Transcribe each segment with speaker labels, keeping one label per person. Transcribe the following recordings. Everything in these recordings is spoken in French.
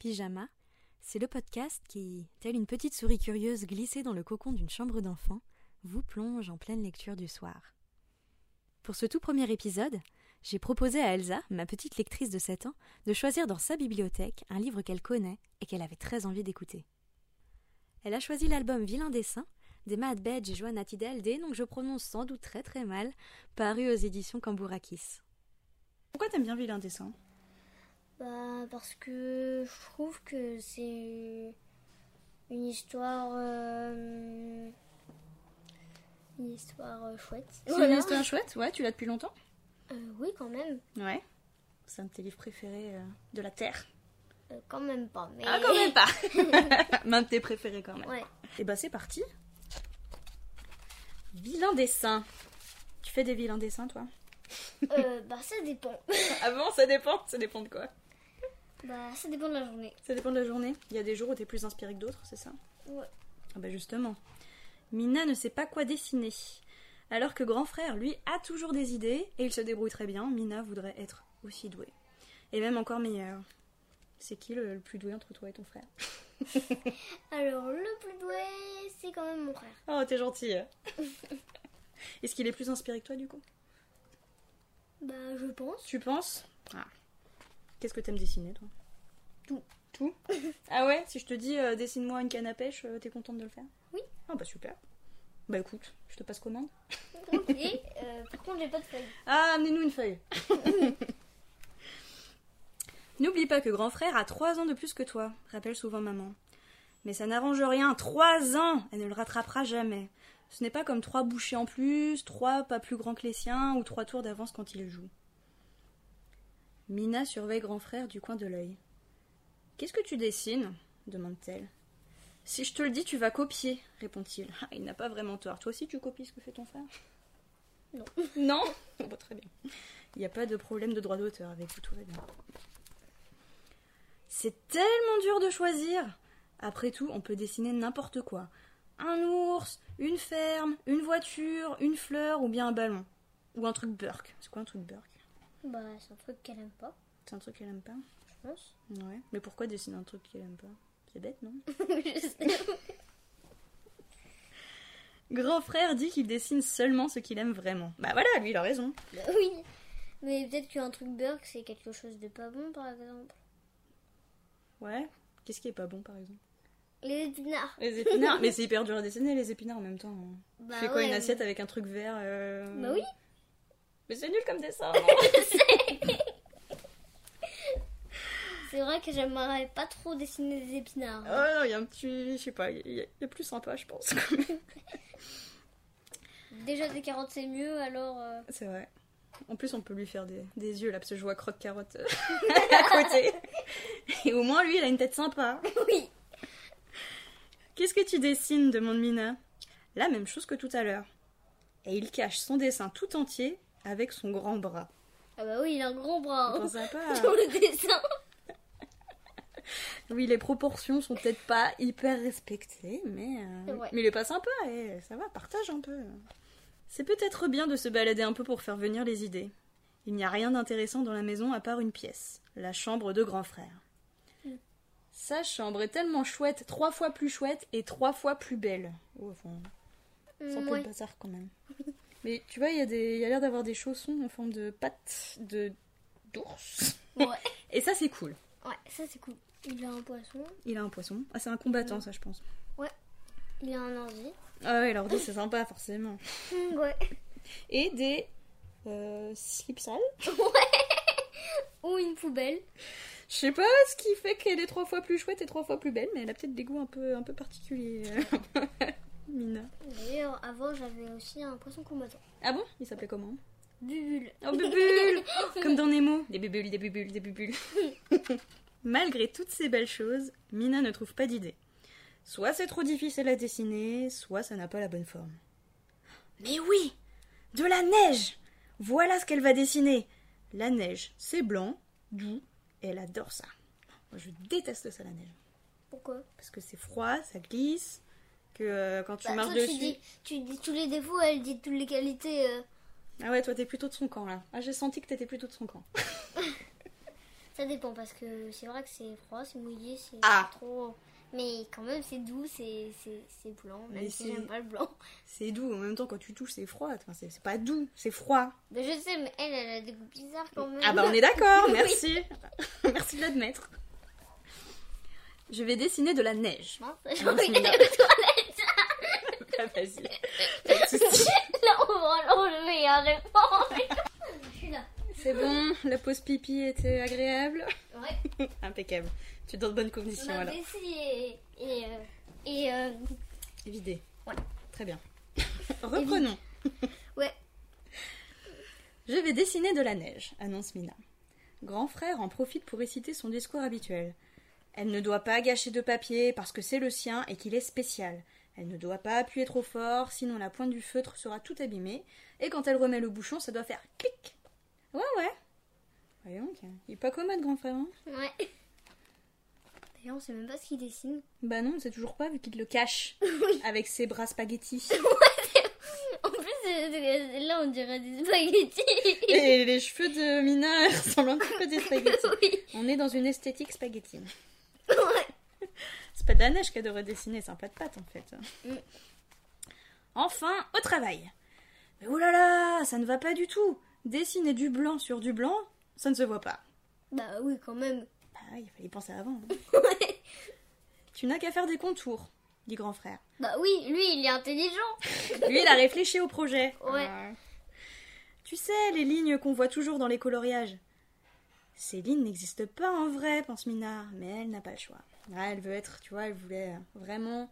Speaker 1: Pyjama, c'est le podcast qui, telle une petite souris curieuse glissée dans le cocon d'une chambre d'enfant, vous plonge en pleine lecture du soir. Pour ce tout premier épisode, j'ai proposé à Elsa, ma petite lectrice de 7 ans, de choisir dans sa bibliothèque un livre qu'elle connaît et qu'elle avait très envie d'écouter. Elle a choisi l'album Vilain dessin des Matt Bedge et Joanna Tidaldé, donc je prononce sans doute très très mal, paru aux éditions Cambourakis.
Speaker 2: Pourquoi t'aimes bien Vilain Dessin
Speaker 3: Bah, parce que je trouve que c'est une histoire. euh, une histoire euh, chouette.
Speaker 2: C'est
Speaker 3: Voilà.
Speaker 2: une histoire chouette, ouais, tu l'as depuis longtemps
Speaker 3: Euh, oui, quand même.
Speaker 2: Ouais. C'est un de tes livres préférés euh, de la Terre.
Speaker 3: Euh, quand même pas. Mais...
Speaker 2: Ah, quand même pas Même tes préférés quand même.
Speaker 3: Ouais.
Speaker 2: Et bah, c'est parti Vilain dessin Tu fais des vilains dessins, toi
Speaker 3: Euh, bah, ça dépend.
Speaker 2: Ah bon, ça dépend Ça dépend de quoi
Speaker 3: bah, ça dépend de la journée.
Speaker 2: Ça dépend de la journée. Il y a des jours où t'es plus inspiré que d'autres, c'est ça
Speaker 3: Ouais.
Speaker 2: Ah bah justement. Mina ne sait pas quoi dessiner. Alors que grand frère, lui, a toujours des idées et il se débrouille très bien, Mina voudrait être aussi douée. Et même encore meilleure. C'est qui le, le plus doué entre toi et ton frère
Speaker 3: Alors, le plus doué, c'est quand même mon frère.
Speaker 2: Oh, t'es gentille Est-ce qu'il est plus inspiré que toi du coup
Speaker 3: Bah, je pense.
Speaker 2: Tu penses Ah. Qu'est-ce que t'aimes dessiner toi Tout. Tout Ah ouais Si je te dis euh, dessine-moi une canne à pêche, euh, t'es contente de le faire
Speaker 3: Oui.
Speaker 2: Ah bah super. Bah écoute, je te passe commande.
Speaker 3: Ok. euh, par contre, j'ai pas de feuille.
Speaker 2: Ah, amenez-nous une feuille. N'oublie pas que grand frère a trois ans de plus que toi, rappelle souvent maman. Mais ça n'arrange rien, trois ans Elle ne le rattrapera jamais. Ce n'est pas comme trois bouchées en plus, trois pas plus grands que les siens, ou trois tours d'avance quand il joue. Mina surveille grand frère du coin de l'œil. Qu'est-ce que tu dessines demande-t-elle. Si je te le dis, tu vas copier, répond-il. Ah, il n'a pas vraiment tort. Toi aussi, tu copies ce que fait ton frère
Speaker 3: Non.
Speaker 2: Non Bon, bah, Très bien. Il n'y a pas de problème de droit d'auteur avec vous, tout va bien. C'est tellement dur de choisir Après tout, on peut dessiner n'importe quoi. Un ours, une ferme, une voiture, une fleur ou bien un ballon. Ou un truc Burke. C'est quoi un truc Burke
Speaker 3: Bah, c'est un truc qu'elle aime pas,
Speaker 2: C'est un truc qu'elle aime pas
Speaker 3: je pense.
Speaker 2: Ouais. Mais pourquoi dessiner un truc qu'elle aime pas C'est bête, non
Speaker 3: je sais.
Speaker 2: Grand frère dit qu'il dessine seulement ce qu'il aime vraiment. Bah voilà, lui, il a raison.
Speaker 3: Bah oui. Mais peut-être qu'un truc burk, c'est quelque chose de pas bon, par exemple.
Speaker 2: Ouais. Qu'est-ce qui est pas bon, par exemple
Speaker 3: Les épinards.
Speaker 2: Les épinards. mais c'est hyper dur à dessiner, les épinards en même temps. hein.
Speaker 3: Bah
Speaker 2: Fais quoi,
Speaker 3: ouais,
Speaker 2: une
Speaker 3: mais-
Speaker 2: assiette avec un truc vert euh,
Speaker 3: Bah oui.
Speaker 2: Mais c'est nul comme dessin hein.
Speaker 3: C'est vrai que j'aimerais pas trop dessiner des épinards.
Speaker 2: Oh non, il y a un petit. Je sais pas, il y, a- il y a plus sympa, je pense. Oh.
Speaker 3: Déjà des carottes c'est mieux, alors euh,
Speaker 2: c'est vrai. En plus, on peut lui faire des, des yeux là, parce que je vois croque-carotte euh, à côté. Et au moins, lui, il a une tête sympa.
Speaker 3: oui.
Speaker 2: Qu'est-ce que tu dessines demande Mina. La même chose que tout à l'heure. Et il cache son dessin tout entier avec son grand bras.
Speaker 3: Ah bah oui, il a un grand bras hein,
Speaker 2: Pense à pas.
Speaker 3: dans le dessin.
Speaker 2: Oui, les proportions sont peut-être pas hyper respectées, mais, euh,
Speaker 3: C'est vrai.
Speaker 2: mais il est pas sympa, et ça va, partage un peu. C'est peut-être bien de se balader un peu pour faire venir les idées. Il n'y a rien d'intéressant dans la maison à part une pièce, la chambre de grand frère.
Speaker 3: Mm.
Speaker 2: Sa chambre est tellement chouette, trois fois plus chouette et trois fois plus belle. Oh, enfin, c'est un
Speaker 3: Mm,
Speaker 2: peu le
Speaker 3: ouais.
Speaker 2: bazar quand même. Mais tu vois, il y a, des- il y a l'air d'avoir des chaussons en forme de pattes de d'ours.
Speaker 3: Ouais.
Speaker 2: Et ça, c'est cool.
Speaker 3: ouais, ça c'est cool. Il a un poisson,
Speaker 2: Il a un poisson. Ah, c'est un combattant,
Speaker 3: Mm.
Speaker 2: ça, je pense.
Speaker 3: il a un ordi.
Speaker 2: Ah ouais, l'ordi c'est sympa forcément.
Speaker 3: Mm, ouais.
Speaker 2: Et des euh, slips sales.
Speaker 3: Ou une poubelle.
Speaker 2: Je sais pas ce qui fait qu'elle est trois fois plus chouette et trois fois plus belle, mais elle a peut-être des goûts un peu, un peu particuliers. euh, Mina.
Speaker 3: D'ailleurs, avant j'avais aussi un poisson combattant.
Speaker 2: Ah bon Il s'appelait comment
Speaker 3: Bubule.
Speaker 2: Oh, bubule Comme dans Nemo. Des bubules, des bubules, des bubules. Malgré toutes ces belles choses, Mina ne trouve pas d'idée. Soit c'est trop difficile à dessiner, soit ça n'a pas la bonne forme. Mais oui De la neige Voilà ce qu'elle va dessiner La neige, c'est blanc, doux, et elle adore ça. Moi, Je déteste ça, la neige.
Speaker 3: Pourquoi
Speaker 2: Parce que c'est froid, ça glisse, que euh, quand tu
Speaker 3: Bah,
Speaker 2: marches
Speaker 3: toi,
Speaker 2: dessus...
Speaker 3: tu dis, tu dis tous les défauts, elle dit toutes les qualités. euh.
Speaker 2: Ah ouais, toi, t'es plutôt de son camp, là. Ah, j'ai senti que t'étais plutôt de son camp.
Speaker 3: C'est Ça dépend parce que c'est vrai que c'est froid, c'est mouillé, c'est
Speaker 2: Ah.
Speaker 3: trop. Mais quand même, c'est doux, c'est c'est- c'est blanc, même
Speaker 2: Mais
Speaker 3: si
Speaker 2: c'est-
Speaker 3: j'aime pas le blanc.
Speaker 2: C'est doux, en même temps quand tu touches c'est froid. Enfin, c'est c'est pas doux, c'est froid.
Speaker 3: Mais je sais, mais elle, elle a des goûts bizarres quand même.
Speaker 2: Ah bah on est d'accord,
Speaker 3: Oui.
Speaker 2: merci. merci de l'admettre. Je vais dessiner de la neige.
Speaker 3: Mince, j'ai
Speaker 2: Non,
Speaker 3: envie
Speaker 2: c'est
Speaker 3: d'aller
Speaker 2: une-
Speaker 3: aux toilettes.
Speaker 2: Ah, vas-y.
Speaker 3: Là, on va l'enlever, hein, j'ai pas envie. Je suis là.
Speaker 2: C'est bon, la pause pipi était agréable.
Speaker 3: Ouais,
Speaker 2: Impeccable. Tu es dans de bonnes conditions
Speaker 3: on a
Speaker 2: alors.
Speaker 3: baissé et. Et. euh, et euh,
Speaker 2: Vidé.
Speaker 3: Ouais.
Speaker 2: Très bien. Reprenons.
Speaker 3: Ouais.
Speaker 2: Je vais dessiner de la neige, annonce Mina. Grand frère en profite pour réciter son discours habituel. Elle ne doit pas gâcher de papier parce que c'est le sien et qu'il est spécial. Elle ne doit pas appuyer trop fort, sinon la pointe du feutre sera tout abîmée. Et quand elle remet le bouchon, ça doit faire clic. Ouais, ouais. Voyons, il est pas commode, grand frère. hein.
Speaker 3: ouais. D'ailleurs, on sait même pas ce qu'il dessine.
Speaker 2: bah non, on sait toujours pas vu qu'il le cache avec ses bras spaghettis.
Speaker 3: En plus, euh, là, on dirait des spaghettis.
Speaker 2: Et les cheveux de Mina ressemblent un petit peu à des spaghettis.
Speaker 3: oui.
Speaker 2: On est dans une esthétique spaghetti. c'est pas de la neige qu'elle devrait dessiner, c'est un plat de pâte en fait.
Speaker 3: Mm.
Speaker 2: Enfin, au travail. Mais oh là là, ça ne va pas du tout. Dessiner du blanc sur du blanc, ça ne se voit pas.
Speaker 3: Bah oui, quand même.
Speaker 2: Bah oui, il fallait y penser avant. hein. tu n'as qu'à faire des contours, dit grand frère.
Speaker 3: Bah oui, lui, il est intelligent.
Speaker 2: Lui, il a réfléchi au projet.
Speaker 3: Ouais.
Speaker 2: Ah. Tu sais, les lignes qu'on voit toujours dans les coloriages. Ces lignes n'existent pas en vrai, pense Mina, mais elle n'a pas le choix. Ah, elle veut être, tu vois, elle voulait euh, vraiment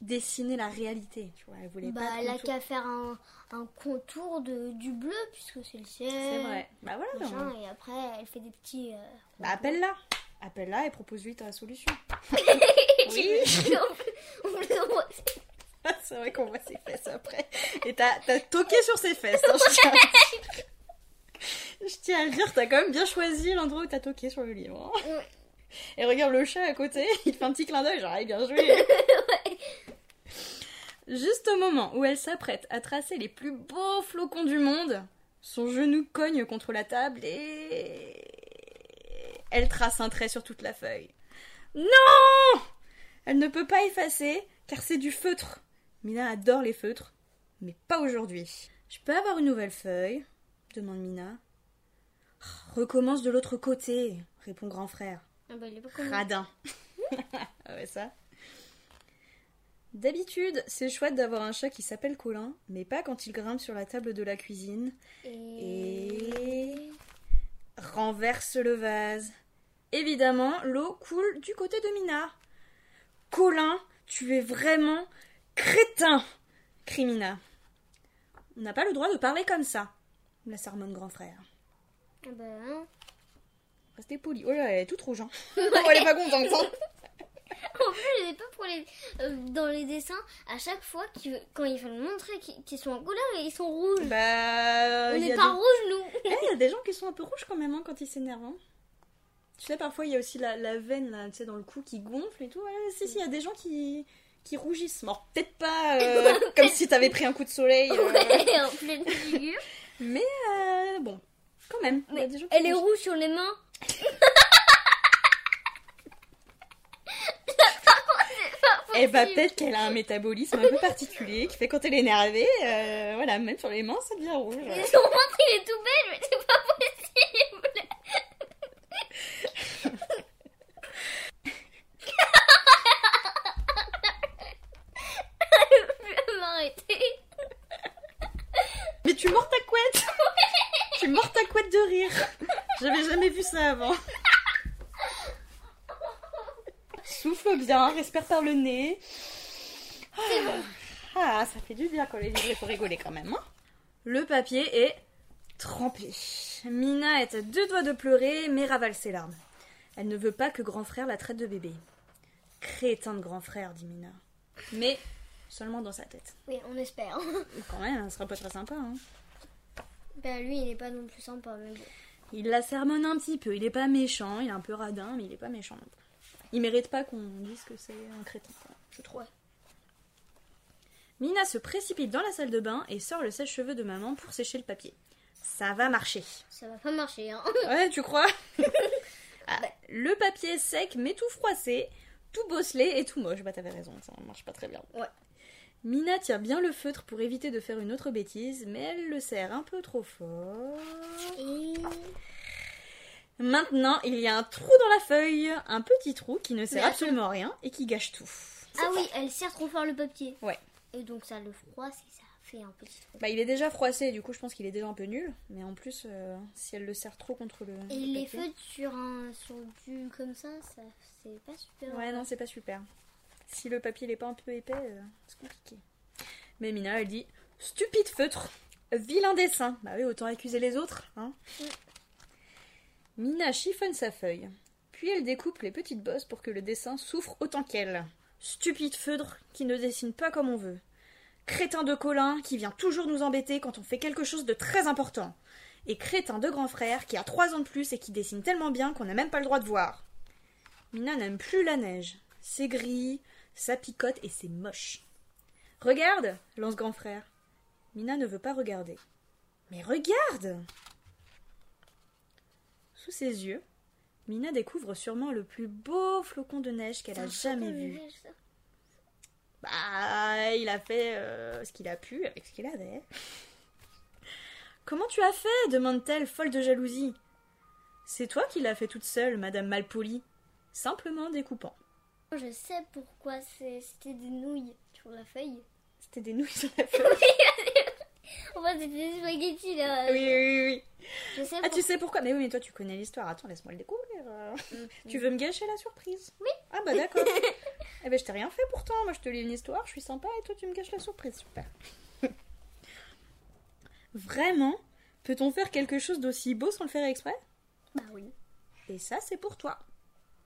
Speaker 2: dessiner la réalité, tu vois, elle voulait
Speaker 3: Bah,
Speaker 2: pas de
Speaker 3: elle a
Speaker 2: contour.
Speaker 3: qu'à faire un, un contour de, du bleu, puisque c'est le ciel.
Speaker 2: C'est vrai. Bah voilà.
Speaker 3: machin,
Speaker 2: bah,
Speaker 3: et après, elle fait des petits. euh,
Speaker 2: bah, appelle-la. Appelle-la et propose-lui ta solution. oui.
Speaker 3: on les envoie-
Speaker 2: C'est vrai qu'on voit ses fesses après. Et t'as, t'as toqué sur ses fesses. hein, je, tiens à... je tiens à le dire, t'as quand même bien choisi l'endroit où t'as toqué sur le livre. hein.
Speaker 3: Ouais.
Speaker 2: Et regarde le chat à côté, il fait un petit clin d'œil, genre, Ah, bien joué. Juste au moment où elle s'apprête à tracer les plus beaux flocons du monde, son genou cogne contre la table et. Elle trace un trait sur toute la feuille. Non Elle ne peut pas effacer, car c'est du feutre. Mina adore les feutres, mais pas aujourd'hui. Je peux avoir une nouvelle feuille demande Mina. Oh, Recommence de l'autre côté, répond grand frère.
Speaker 3: Ah bah, il est pas con.
Speaker 2: Radin. ah ouais, ça. D'habitude, c'est chouette d'avoir un chat qui s'appelle Colin, mais pas quand il grimpe sur la table de la cuisine
Speaker 3: Et.
Speaker 2: et renverse le vase. Évidemment, l'eau coule du côté de Mina. Colin, tu es vraiment crétin, crie Mina. On n'a pas le droit de parler comme ça, la sermonne grand frère.
Speaker 3: Ah bah, hein.
Speaker 2: Restez poli. Oh là, elle est toute rouge. Hein. Oh, elle est pas contente. hein.
Speaker 3: En plus, je sais pas pour les. euh, dans les dessins, à chaque fois, qu'ils- quand ils veulent montrer qu'ils qu'ils sont en couleur, ils sont rouges.
Speaker 2: Bah,
Speaker 3: on
Speaker 2: il y,
Speaker 3: n'est
Speaker 2: a
Speaker 3: pas
Speaker 2: des-
Speaker 3: rouges, nous.
Speaker 2: Eh, il y a des gens qui sont un peu rouges quand même hein, quand ils s'énervent. hein. Tu sais, parfois il y a aussi la, la veine là, tu sais, dans le cou qui gonfle et tout. Ouais, si, si, il y a des gens qui, qui rougissent. Bon, peut-être pas euh, comme si t'avais pris un coup de soleil. euh,
Speaker 3: Ouais, en pleine figure.
Speaker 2: Mais euh, bon, quand même. il y a
Speaker 3: Mais
Speaker 2: des gens qui
Speaker 3: elle est
Speaker 2: rougissent.
Speaker 3: rouge sur les mains.
Speaker 2: Eh bah, peut-être qu'elle a un métabolisme un peu particulier qui fait quand elle est énervée, euh, voilà, même sur les mains, ça devient rouge.
Speaker 3: Et Son ventre, il est tout belle, mais c'est pas possible. Je vais plus m'arrêter.
Speaker 2: Mais tu mords ta couette Tu mords ta couette de rire J'avais jamais vu ça avant. Souffle bien, respire par le nez. Ah, ça fait du bien quand les livres faut rigoler quand même. hein. le papier est trempé. Mina est à deux doigts de pleurer, mais ravale ses larmes. Elle ne veut pas que grand frère la traite de bébé. Crétin de grand frère, dit Mina. Mais seulement dans sa tête.
Speaker 3: Oui, on espère.
Speaker 2: Quand même, ce sera pas très sympa. Hein.
Speaker 3: Bah lui, il est pas non plus sympa. Mais... bon.
Speaker 2: Il la sermonne un petit peu. Il est pas méchant, il est un peu radin, mais il est pas méchant. non plus. Il mérite pas qu'on dise que c'est un crétin, quoi, je trouve.
Speaker 3: Ouais.
Speaker 2: Mina se précipite dans la salle de bain et sort le sèche-cheveux de maman pour sécher le papier. Ça va marcher.
Speaker 3: Ça va pas marcher. Hein.
Speaker 2: Ouais, tu crois Ah, le papier est sec, mais tout froissé, tout bosselé et tout moche. Bah, t'avais raison, ça marche pas très bien.
Speaker 3: Ouais.
Speaker 2: Mina tient bien le feutre pour éviter de faire une autre bêtise, mais elle le serre un peu trop fort.
Speaker 3: Et...
Speaker 2: Maintenant, il y a un trou dans la feuille, un petit trou qui ne sert
Speaker 3: Mais
Speaker 2: absolument à rien et qui gâche tout.
Speaker 3: Ah oui, elle serre trop fort le papier.
Speaker 2: Ouais.
Speaker 3: Et donc ça le froisse et ça fait un petit trou.
Speaker 2: Bah, il est déjà froissé, du coup, je pense qu'il est déjà un peu nul. Mais en plus, euh, si elle le serre trop contre le.
Speaker 3: Et
Speaker 2: le
Speaker 3: les
Speaker 2: papier-
Speaker 3: feutres sur un sur du comme ça, ça c'est pas super.
Speaker 2: Ouais, non, c'est pas super. Si le papier n'est pas un peu épais, euh, c'est compliqué. Mais Mina, elle dit Stupide feutre, vilain dessin. Bah oui, autant accuser les autres, hein.
Speaker 3: Oui.
Speaker 2: Mina chiffonne sa feuille, puis elle découpe les petites bosses pour que le dessin souffre autant qu'elle. Stupide feutre qui ne dessine pas comme on veut. Crétin de Colin qui vient toujours nous embêter quand on fait quelque chose de très important. Et crétin de grand frère qui a trois ans de plus et qui dessine tellement bien qu'on n'a même pas le droit de voir. Mina n'aime plus la neige. C'est gris, ça picote et c'est moche. Regarde, lance grand frère. Mina ne veut pas regarder. Mais regarde Sous ses yeux, Mina découvre sûrement le plus beau flocon de neige qu'elle a jamais vu. Bah, il a fait euh, ce qu'il a pu avec ce qu'il avait. Comment tu as fait demande-t-elle, folle de jalousie. C'est toi qui l'as fait toute seule, madame Malpolie. Simplement découpant.
Speaker 3: Je sais pourquoi c'est- c'était des nouilles sur la feuille.
Speaker 2: C'était des nouilles sur la feuille.
Speaker 3: En fait, c'était des spaghettis là.
Speaker 2: Ah oui, oui, oui.
Speaker 3: Je sais
Speaker 2: Ah, tu
Speaker 3: pourquoi.
Speaker 2: sais pourquoi Mais oui, mais toi, tu connais l'histoire. Attends, laisse-moi le découvrir. euh.
Speaker 3: Mm.
Speaker 2: Tu veux me gâcher la surprise Oui. Ah, bah d'accord. eh ben, je t'ai rien fait pourtant. Moi, je te lis une histoire, je suis sympa et toi, tu me gâches la surprise. Super. Vraiment Peut-on faire quelque chose d'aussi beau sans le faire exprès Ah
Speaker 3: Bah oui.
Speaker 2: Et ça, c'est pour toi.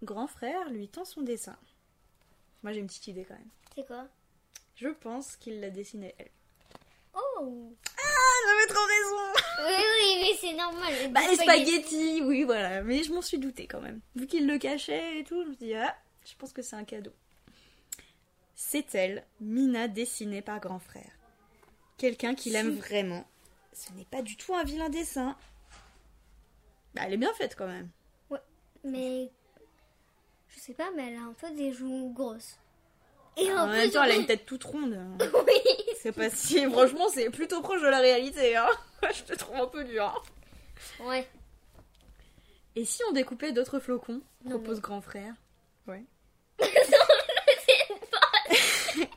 Speaker 2: Grand frère lui tend son dessin. Moi, j'ai une petite idée quand même.
Speaker 3: C'est quoi
Speaker 2: Je pense qu'il l'a dessiné elle.
Speaker 3: Oh
Speaker 2: Ah, j'avais trop raison
Speaker 3: Oui, oui, mais c'est normal.
Speaker 2: Bah,
Speaker 3: des
Speaker 2: les spaghettis, oui, voilà. Mais je m'en suis doutée quand même. Vu qu'il le cachait et tout, je me suis dit, ah, je pense que c'est un cadeau. C'est elle, Mina, dessinée par grand frère. Quelqu'un qui l'aime vraiment. Ce n'est pas du tout un vilain dessin. Bah, elle est bien faite quand même.
Speaker 3: Mais. Je sais pas, mais elle a un peu des joues grosses. Et
Speaker 2: En
Speaker 3: un peu.
Speaker 2: même temps,
Speaker 3: de-
Speaker 2: elle a une tête toute ronde.
Speaker 3: Oui
Speaker 2: C'est pas si. Franchement, c'est plutôt proche de la réalité, hein. Je te trouve un peu dur. hein.
Speaker 3: Ouais.
Speaker 2: Et si on découpait d'autres flocons
Speaker 3: Non,
Speaker 2: Propose
Speaker 3: mais-
Speaker 2: grand frère. Ouais.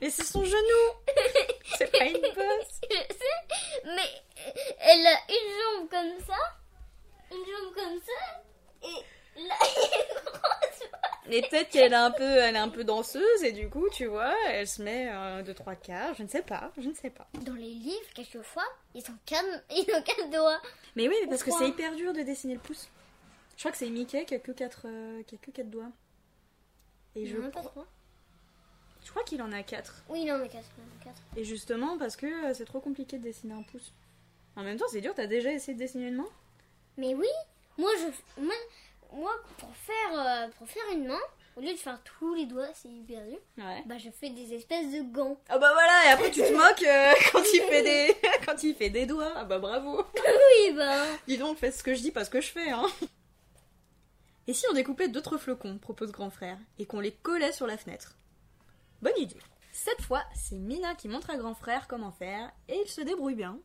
Speaker 2: mais c'est son genou C'est pas une bosse
Speaker 3: Je sais, mais elle a une jambe comme ça. Une jambe comme ça. Et là, elle est grosse.
Speaker 2: Mais peut-être qu'elle est un peu, elle est un peu danseuse et du coup, tu vois, elle se met euh, de trois quarts, je ne sais pas, je ne sais pas.
Speaker 3: Dans les livres, quelquefois, ils ont quatre, ils ont quatre doigts.
Speaker 2: Mais oui, mais parce que
Speaker 3: Pourquoi
Speaker 2: c'est hyper dur de dessiner le pouce. Je crois que c'est Mickey qui a que quatre, euh, qui a que quatre doigts. Et
Speaker 3: Il
Speaker 2: je,
Speaker 3: en a pas
Speaker 2: crois-
Speaker 3: trois.
Speaker 2: je crois qu'il en a quatre.
Speaker 3: Oui, il en a quatre. il en a quatre.
Speaker 2: Et justement, parce que euh, c'est trop compliqué de dessiner un pouce. En même temps, c'est dur, t'as déjà essayé de dessiner une main
Speaker 3: Mais oui, moi, je, moi, moi pour, faire, euh, pour faire une main, au lieu de faire tous les doigts, c'est hyper dur.
Speaker 2: Ouais.
Speaker 3: Bah, je fais des espèces de gants.
Speaker 2: Ah bah voilà, et après tu te moques euh, quand il fait des quand il fait des doigts. Ah bah bravo.
Speaker 3: Oui, bah.
Speaker 2: Dis donc, fais ce que je dis, pas ce que je fais hein. Et si on découpait d'autres flocons, propose grand frère, et qu'on les collait sur la fenêtre Bonne idée. Cette fois, c'est Mina qui montre à grand frère comment faire et il se débrouille bien.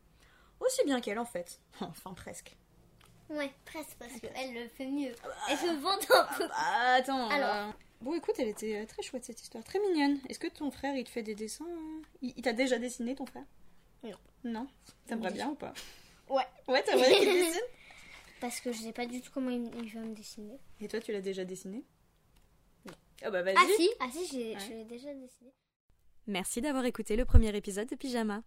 Speaker 2: Aussi bien qu'elle en fait. Enfin presque.
Speaker 3: Ouais, presque, parce qu'elle le fait mieux. Elle se vante un peu.
Speaker 2: Ah, attends.
Speaker 3: Alors.
Speaker 2: euh, Bon écoute, elle était euh, très chouette cette histoire, très mignonne. Est-ce que ton frère il te fait des dessins euh Il, il t'a déjà dessiné ton frère
Speaker 3: Non.
Speaker 2: Non T'aimerais bien ou pas
Speaker 3: Ouais.
Speaker 2: Ouais, t'aimerais qu'il te dessine
Speaker 3: Parce que je sais pas du tout comment il, il va me dessiner.
Speaker 2: Et toi, tu l'as déjà dessiné Ah bah vas-y.
Speaker 3: Ah si, ah si, j'ai-
Speaker 2: Ouais.
Speaker 3: je l'ai déjà dessiné.
Speaker 1: Merci d'avoir écouté le premier épisode de Pyjama.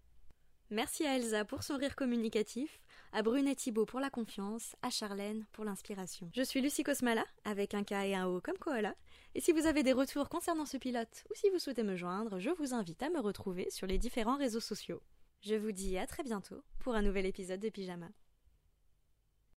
Speaker 1: Merci à Elsa pour son rire communicatif, à Brune et Thibaut pour la confiance, à Charlène pour l'inspiration. Je suis Lucie Cosmala, avec un K et un O comme Koala, et si vous avez des retours concernant ce pilote ou si vous souhaitez me joindre, je vous invite à me retrouver sur les différents réseaux sociaux. Je vous dis à très bientôt pour un nouvel épisode de Pyjama.